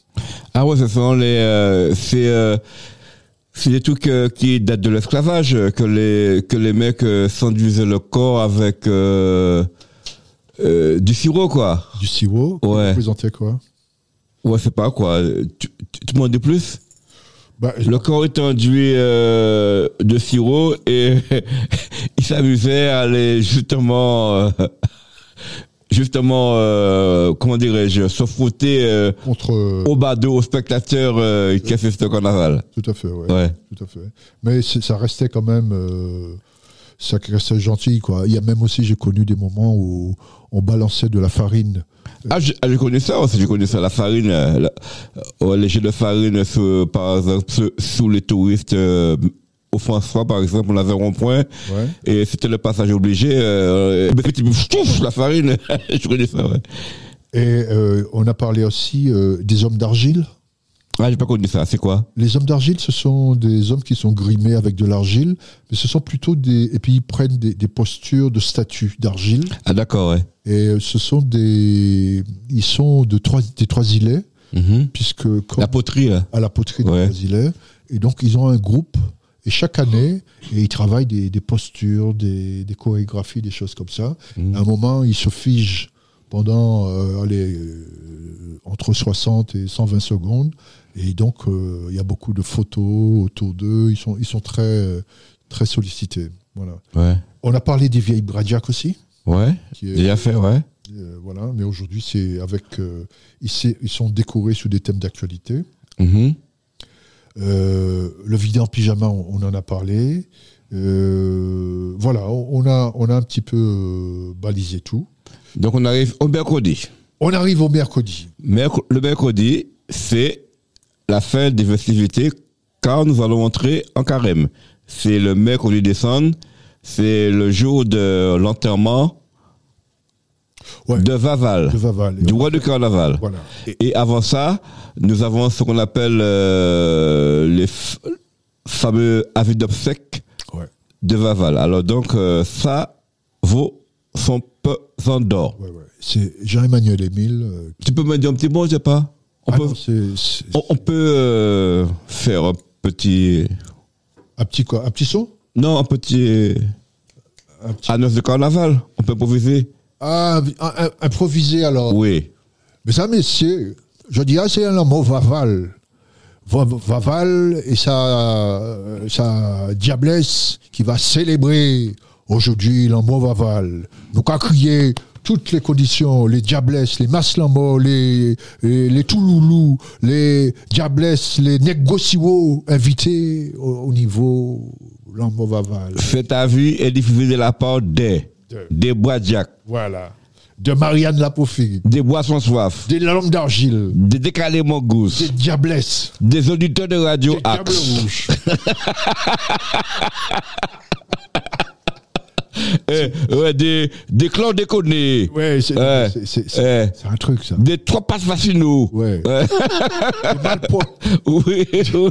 Ah ouais, ce sont les, euh, c'est, euh, c'est des trucs euh, qui datent de l'esclavage euh, que les que les mecs euh, s'enduisaient le corps avec euh, euh, du sirop quoi.
du sirop. qui
Ouais.
représentait quoi
Ouais, c'est pas quoi. Tu, tu, tu m'en dis plus
Bah,
Le corps est enduit euh, de sirop et il s'amusait à aller justement, euh, justement, euh, comment dirais-je, se frotter euh,
Contre.
au bas d'eux, aux spectateurs euh, qui assistent au carnaval.
Tout à fait, ouais.
Ouais.
Tout à fait. Mais c'est- ça restait quand même. euh, ça restait gentil, quoi. Il y a même aussi, j'ai connu des moments où on balançait de la farine.
Ah, je, ah, je connais ça aussi, je connais ça, la farine, euh, la- euh, les jets de farine, sous, par exemple, sous, sous les touristes euh, au François, par exemple, on avait un rond-point,
Ouais.
et c'était le passage obligé, euh, et petit, pfff, la farine, je connais ça, ouais.
Et euh, on a parlé aussi euh, des hommes d'argile.
Ah, j'ai pas connu ça, c'est quoi
Les hommes d'argile, ce sont des hommes qui sont grimés avec de l'argile, mais ce sont plutôt des. Et puis ils prennent des, des postures de statues d'argile.
Ah, d'accord, ouais.
Et euh, ce sont des. Ils sont de trois, des trois îlets,
Mhm.
puisque. comme-
La poterie, là.
à la poterie de
Ouais.
Brésilais. Et donc, ils ont un groupe. Et chaque année, et ils travaillent des, des postures, des, des chorégraphies, des choses comme ça. À un moment, ils se figent pendant euh, allez, euh, entre 60 et 120 secondes. Et donc, euh, il y a beaucoup de photos autour d'eux. Ils sont, ils sont très, euh, très sollicités. Voilà.
Ouais.
On a parlé des vieilles Bradiac aussi.
Ouais.
Qui est-
Déjà fait, ouais.
euh, voilà. Mais aujourd'hui, c'est avec, euh, ils, s'est- ils sont décorés sous des thèmes d'actualité.
Mhm.
Euh, le vide en pyjama, on, on en a parlé. Euh, voilà, on, on a, on a un petit peu euh, balisé tout.
Donc, on arrive au mercredi.
On arrive au mercredi.
Merc- le mercredi, c'est la fin des festivités car nous allons entrer en carême. C'est le mercredi décembre, c'est le jour de l'enterrement
Ouais.
de Vaval,
De Vaval.
du roi du carnaval.
Voilà.
Et avant ça, nous avons ce qu'on appelle euh, les f- fameux avis d'obsèques
Ouais,
de Vaval. Alors donc, euh, ça vaut son pesant d'or.
ouais, ouais. C'est Jean-Emmanuel Émile. euh,
Tu peux me dire un petit mot, je sais pas On
ah
peut-
non, c'est- c'est-
On, on peut euh, faire un petit.
un petit quoi Un petit son
Non, un petit.
Un petit-
Annonce de carnaval. On peut improviser
Ah, un- un- improvisé alors.
Oui.
Mais ça, messieurs, je dis, ah, c'est un mot Vaval. Va- Vaval et sa, euh, sa diablesse qui va célébrer aujourd'hui l'amour Vaval. Nous qu'à crier toutes les conditions, les diablesses, les maslamo, les, les, les touloulous, les diablesses, les négocios invités au, au niveau l'amour Vaval.
Cet avis est diffusé de la part des.
De.
Des bois Jack,
Voilà. De Marianne Lapofille,
des bois sans soif,
des lames d'argile,
des décalés mongoose,
des diablesses.
des auditeurs de radio
Des diables
Axe.
rouges.
Eh, ouais, des, des clans déconnés.
Ouais, c'est
Ouais.
c'est- c'est- c'est-
Ouais.
c'est un truc ça.
Des trois passes fascinaux.
Ouais. C'est mal pour-
Oui, oui.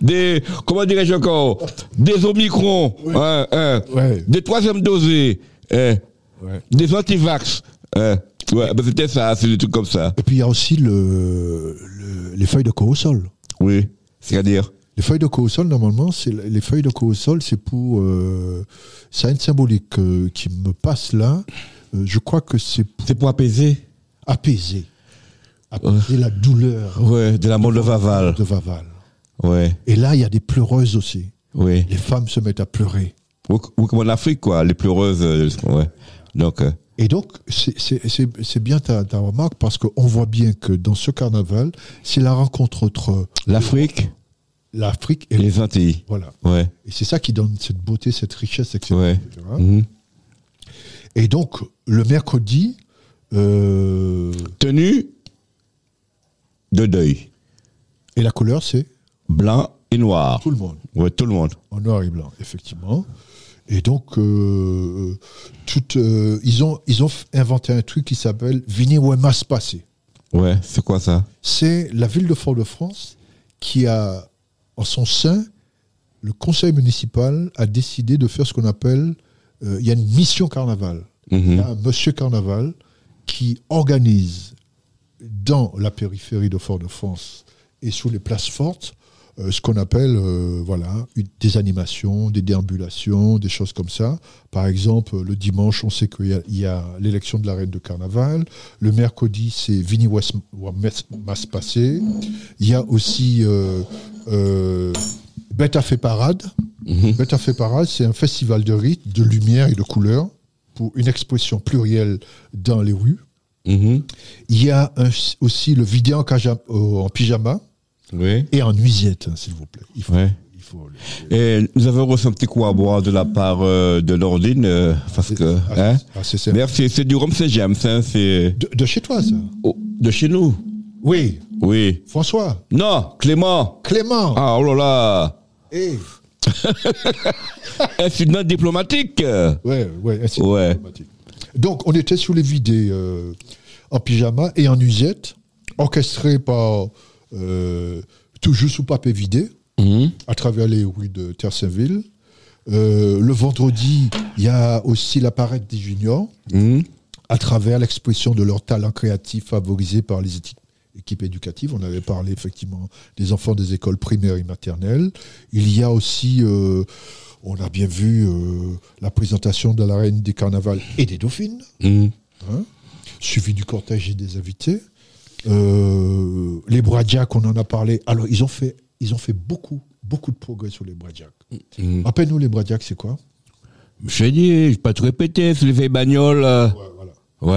des, comment dirais-je encore, des Omicron, hein, hein.
Ouais.
des troisième dosés, hein.
Ouais.
des antivax. hein. Ouais, ben c'était ça, c'est des trucs comme ça.
Et puis il y a aussi le, le- les feuilles de corosol.
Oui, c'est-à-dire.
Les feuilles de corosol, normalement, c'est les feuilles de corosol, c'est pour euh, ça a une symbolique euh, qui me passe là. Euh, je crois que c'est pour
C'est pour apaiser
apaiser, apaiser la douleur
Ouais, de la mort de Vaval.
de Vaval.
Ouais,
Et là, il y a des pleureuses aussi.
oui.
Les femmes se mettent à pleurer.
Ou, ou comme en Afrique, quoi, les pleureuses. euh, ouais. Donc, euh,
Et donc, c'est- c'est c'est- c'est bien ta, ta remarque parce qu'on voit bien que dans ce carnaval, c'est la rencontre entre
l'Afrique
l'Afrique et
et les Antilles.
Voilà.
Ouais,
Et c'est ça qui donne cette beauté, cette richesse, etc.
ouais.
etc.
Mhm.
Et donc, le mercredi, euh,
Tenue de deuil.
et la couleur, c'est
Blanc et noir.
tout le monde,
Ouais, tout le monde.
en noir et blanc, effectivement. Et donc, euh, tout, euh, ils, ont, ils ont f- inventé un truc qui s'appelle Vini Wemas Passé.
Ouais, c'est quoi ça
c'est la ville de Fort-de-France qui a, en son sein, le conseil municipal a décidé de faire ce qu'on appelle, euh, il y a une mission carnaval. Il
Mhm.
y a un monsieur carnaval qui organise dans la périphérie de Fort-de-France et sous les places fortes euh, ce qu'on appelle euh, voilà, une- des animations, des déambulations, des choses comme ça. Par exemple, le dimanche, on sait qu'il y a- il y a, l'élection de la reine de carnaval. Le mercredi, c'est Vini West- West- Mass Passé. Il y a aussi euh, euh, Bête à fait parade. Bête à fait parade, c'est un festival de rites, de lumière et de couleurs pour une expression plurielle dans les rues.
Mhm.
Il y a un- aussi le vidé en, caja- euh, en pyjama
Oui.
et en nuisette, hein, s'il vous plaît. Il faut,
Ouais.
il faut le-
Et nous avons reçu un petit coup à boire de la part euh, de Nordine, euh, parce que...
Ah,
hein
ah, c'est- c'est-
Merci, c'est du rhum saint James, hein, c'est
de, de chez toi, ça.
oh, de chez nous.
Oui,
Oui.
François,
Non, Clément.
Clément.
Ah, oh là là.
eh.
Incident diplomatique.
Ouais, ouais, ainsi-
Ouais.
Donc, on était sous les vidés euh, en pyjama et en usette. orchestré par euh, Toujours sous papier vidé,
Mhm.
à travers les rues de Terceville. Euh, le vendredi, il y a aussi la parade des juniors,
Mhm.
à travers l'expression de leur talent créatif favorisé par les éti- équipes éducatives. On avait parlé effectivement des enfants des écoles primaires et maternelles. Il y a aussi, euh, on a bien vu, euh, la présentation de la reine des carnavals et des dauphines hein,
Mhm.
suivi du cortège et des invités. Euh, les Bradjacks, on en a parlé. Alors, ils ont fait, ils ont fait beaucoup, beaucoup de progrès sur les Bradjacks.
Mhm.
Rappelle-nous, les Bradjacks, c'est quoi
Je t'ai dit, je pas tout répété, c'est les vieilles bagnoles. euh.
ouais, voilà.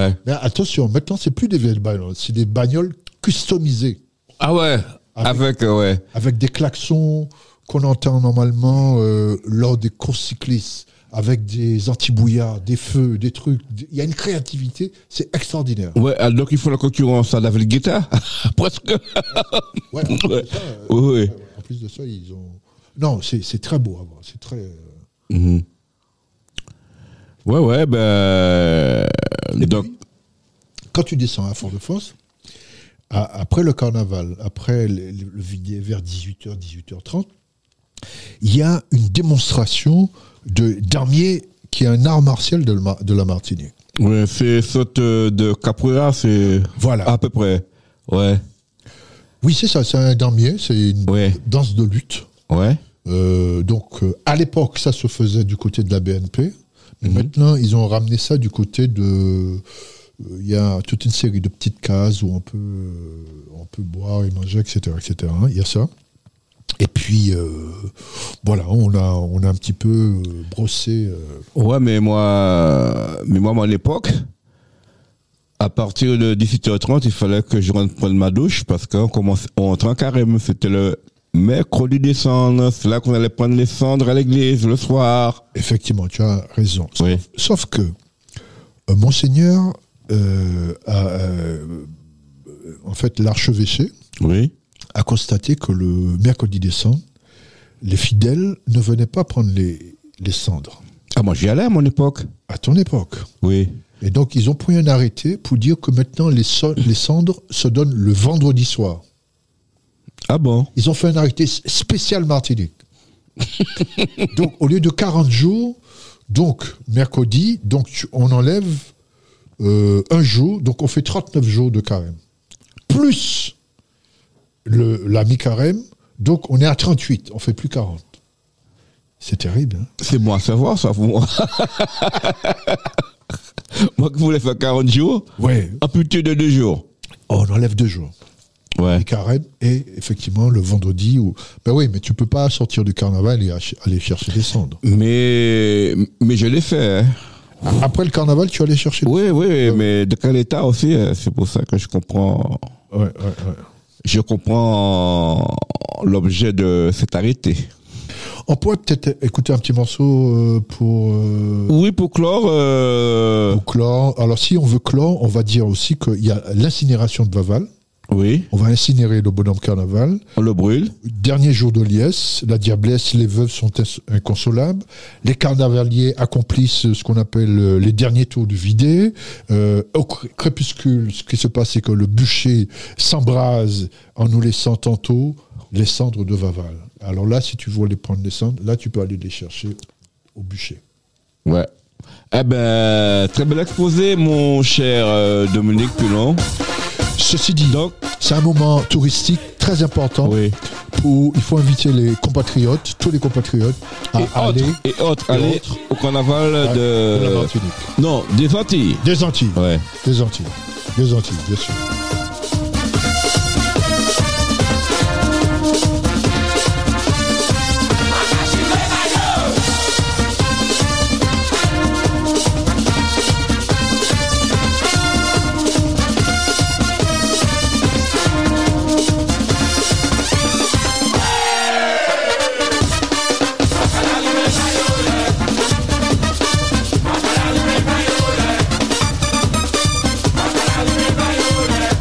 Ouais.
Mais attention, maintenant, c'est plus des vieilles bagnoles, c'est des bagnoles customisées,
Ah ouais, avec,
Avec-
euh, ouais.
avec des klaxons qu'on entend normalement euh, lors des courses cyclistes, avec des antibouillards, des feux, des trucs. des- Il y a une créativité, c'est extraordinaire.
Ouais, ah, donc il faut la concurrence à David Guetta, presque.
Ouais, en plus de ça, euh,
Oui, oui.
ouais, en plus de ça, ils ont. Non, c'est c'est très beau à voir. C'est très. euh,
Mhm. Ouais, ouais, ben. euh, donc,
quand tu descends à Fort-de-France, à- après le carnaval, après le, le- le vidé vers 18h, 18h30, il y a une démonstration de d'armier qui est un art martial de, le Mar- de la Martinique.
ouais, c'est sorte euh, de Capoeira, c'est.
Voilà.
À peu près. Ouais,
Ah. Oui, c'est ça, c'est un darmier, c'est une
Ouais.
danse de lutte.
ouais.
Euh, donc, euh, à l'époque, ça se faisait du côté de la BNP. Mais maintenant, ils ont ramené ça du côté de. euh, Il y a toute une série de petites cases où on peut, euh, on peut boire et manger, etc. etc. hein. Il y a ça. Et puis, euh, voilà, on a, on a un petit peu euh, brossé. euh,
Ouais, mais moi, mais moi, à mon époque, à partir de 18h30, il fallait que je rentre prendre ma douche parce qu'on commence, on entre en carême. C'était le mercredi des cendres. C'est là qu'on allait prendre les cendres à l'église le soir.
effectivement, tu as raison. Sauf,
Oui.
sauf que euh, Monseigneur, euh, a, euh, en fait, l'archevêché,
Oui.
a constaté que le mercredi décembre, les fidèles ne venaient pas prendre les, les cendres
Ah, moi, j'y allais à mon époque.
à ton époque.
Oui.
Et donc, ils ont pris un arrêté pour dire que maintenant, les, so- les cendres se donnent le vendredi soir.
Ah bon?
Ils ont fait un arrêté s- spécial Martinique. donc, au lieu de 40 jours, donc, mercredi, donc, tu- on enlève euh, un jour, donc on fait 39 jours de carême. Plus le, la mi-carême, donc on est à 38, on fait plus 40. C'est terrible. hein.
C'est bon à savoir, ça, pour moi. moi qui voulais faire 40 jours,
ouais.
amputé de deux jours.
on enlève deux jours.
Ouais.
Le carême et effectivement le vendredi. Ou... Ben oui, mais tu peux pas sortir du carnaval et ach- aller chercher des cendres.
Mais, mais je l'ai fait. hein.
Après le carnaval, tu allais chercher des
Oui, oui, mais de quel état aussi, euh, c'est pour ça que je comprends,
Ouais, ouais, ouais.
je comprends l'objet de cet arrêté.
On pourrait peut-être écouter un petit morceau euh, pour, euh,
Oui, pour clore, euh,
pour clore. Alors, si on veut clore, on va dire aussi qu'il y a l'incinération de Vaval.
oui,
On va incinérer le bonhomme carnaval.
on le brûle.
Dernier jour de liesse, la diablesse, les veuves sont ins- inconsolables. Les carnavaliers accomplissent ce qu'on appelle euh, les derniers tours de vidé. Euh, au cré- crépuscule, ce qui se passe, c'est que le bûcher s'embrase en nous laissant tantôt les cendres de Vaval. Alors là, si tu veux aller prendre les cendres, là, tu peux aller les chercher au bûcher.
Ouais. Eh ben, très bel exposé, mon cher euh, Dominique Pulon.
Ceci dit,
Donc-
c'est un moment touristique très important
Oui.
où il faut inviter les compatriotes, tous les compatriotes, à
Et
aller
autres, et autres, Ah,
et
allez
autres.
au carnaval
à la
de...
Martinique.
Non, des Antilles.
Des Antilles.
Ouais.
Des Antilles. Des Antilles, bien sûr.
Bayonet.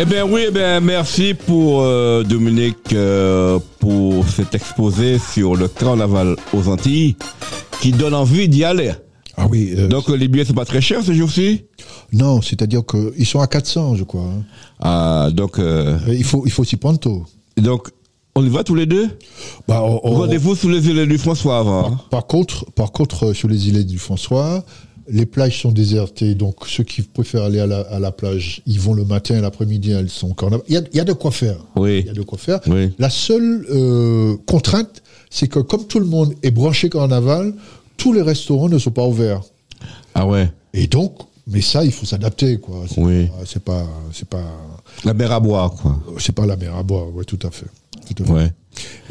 Eh bien oui, eh bien, merci pour euh, Dominique euh, pour cet exposé sur le carnaval aux Antilles qui donne envie d'y aller.
Ah oui. euh,
Donc euh, les billets sont pas très chers ce jour-ci.
non, c'est-à-dire qu'ils sont à 400, je crois. hein.
Ah, donc euh,
Et Il faut, il faut s'y prendre tôt.
donc on y va tous les deux.
Bah, on- on-
Rendez-vous sous les îles du François avant. hein.
Par contre, par contre, euh, sur les îlets du François, les plages sont désertées, donc ceux qui préfèrent aller à la, à la plage, ils vont le matin et l'après-midi, elles sont encore là. Il y a, il y a de quoi faire.
Oui.
Il y a de quoi faire.
Oui.
La seule euh, contrainte, c'est que comme tout le monde est branché carnaval, tous les restaurants ne sont pas ouverts.
Ah ouais.
Et donc, mais ça, il faut s'adapter, quoi. C'est
Oui.
pas- C'est pas, c'est pas,
La mer à boire quoi.
c'est pas la mer à boire. Ouais, tout à fait. Tout à fait.
Ouais.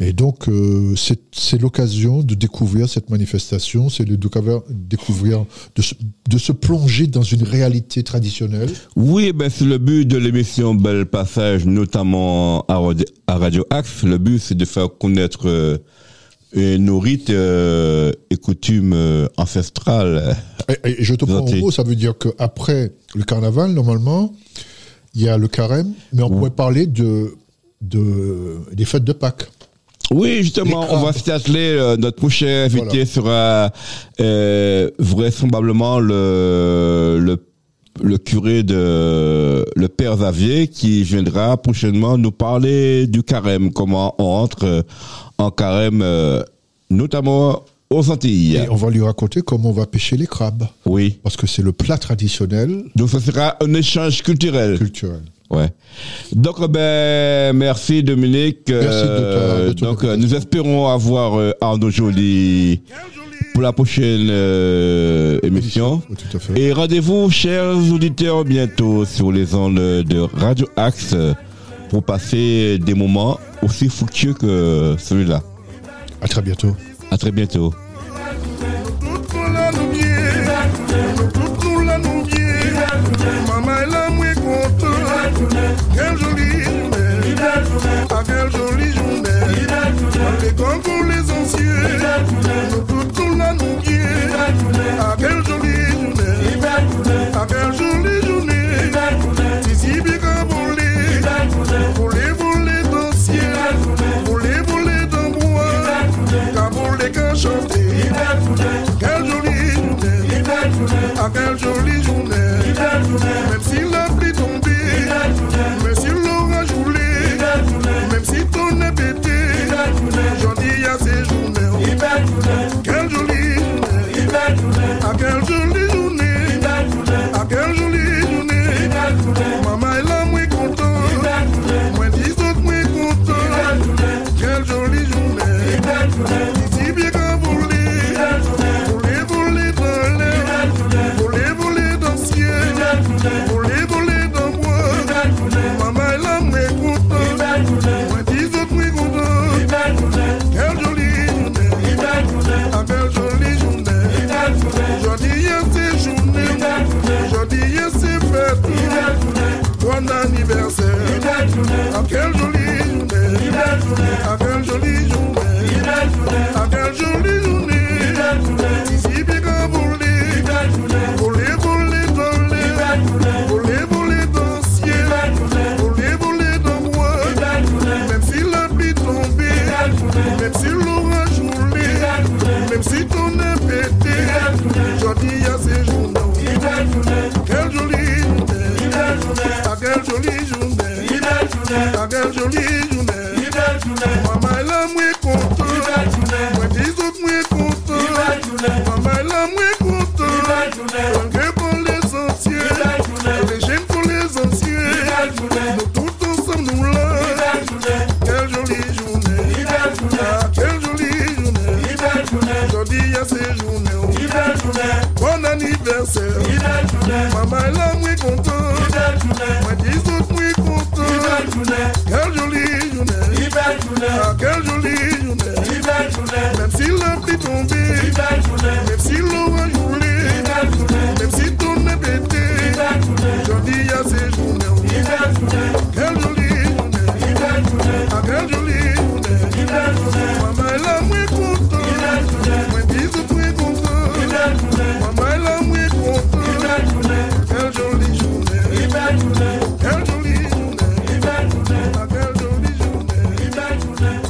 Et donc, euh, c'est c'est l'occasion de découvrir cette manifestation, c'est de découvrir, découvrir de, se, de se plonger dans une réalité traditionnelle.
Oui, eh ben c'est le but de l'émission Bel Passage, notamment à, Rod- à Radio Axe. Le but, c'est de faire connaître euh, euh, nos rites euh, et coutumes euh, ancestrales.
Et, et je te prends au
Gentil.
mot, ça veut dire qu'après le carnaval, normalement, il y a le carême, mais on pourrait parler de, de, des fêtes de Pâques.
Oui, justement,
Les
on va
crabes.
s'y atteler. euh, notre prochain invité
Voilà.
sera euh, vraisemblablement le, le le curé de le père Xavier qui viendra prochainement nous parler du carême, comment on entre euh, en carême, euh, notamment aux Antilles.
Et on va lui raconter comment on va pêcher les crabes,
Oui.
parce que c'est le plat traditionnel
Donc ce sera un échange culturel.
culturel.
Ouais. Donc euh, ben merci Dominique.
Merci de ta- de ton
donc euh,
invitation.
nous espérons avoir euh, Arnaud Joly pour la prochaine euh, émission.
Oui, tout à fait.
Et rendez-vous chers auditeurs bientôt sur les ondes de Radio Axe pour passer des moments aussi foutus que celui-là.
À très bientôt.
À très bientôt.
Tout kon la nou bie, tout kon la nou bie Mama e la mwen kontan, kel joli jounen A kel joli jounen, mwen te kon pou les ansyen Tout kon la nou bie, a kel joli jounen A kel joli jounen, ti si bi ka vole Vole vole dans ciel, vole vole dans bois Ka vole ka chante, Quelle jolie journée, ah quelle jolie journée, même si la pluie tombée, même si l'orage roulait, même si ton est pété, j'en dis à ces journées, quelle jolie journée, ah quelle jolie journée, ah quelle jolie journée, maman est là, moi content, moi dix autres, moi content, quelle jolie journée. Si bien qu'un boulet, boulet, boulet dans l'air, boulet, boulet dans le ciel, boulet, boulet dans le bois. Maman est là, moi content, moi dis autres, moi content. Quelle jolie journée, ah, quelle jolie journée. Jodi, y'a ces journées, jodi, y'a ces fêtes. Bon anniversaire, ah, quelle jolie journée, ah, quelle jolie journée. A quelle jolie journée Ici bien voler Voler, voler dans l'air Voler, voler dans le ciel Voler, voler dans moi Même si la pluie tombait Même si l'orage roulait Même si ton est pété Je dis à ces journaux Quelle jolie journée A quelle jolie journée A quelle jolie journée Maman la mwen kontan Mwen dizot mwen kontan Maman la mwen kontan Anke pou les ansyen Rejem pou les ansyen Nou tout ansam nou la Quelle jolie journée Ah, Quelle jolie journée Jodi a se journée Bon anniversaire Maman la mwen kontan Mwen dizot mwen kontan Quelle jolie journée Ah, quelle jolie journée Même si la pluie tombait Même si l'orage roulait Même si ton est pété Je dis à ces journées Quelle jolie journée Ah, quelle jolie journée Maman est là, moi content Moi bisous, moi content Maman est là, moi content Quelle jolie journée Quelle jolie journée
journée.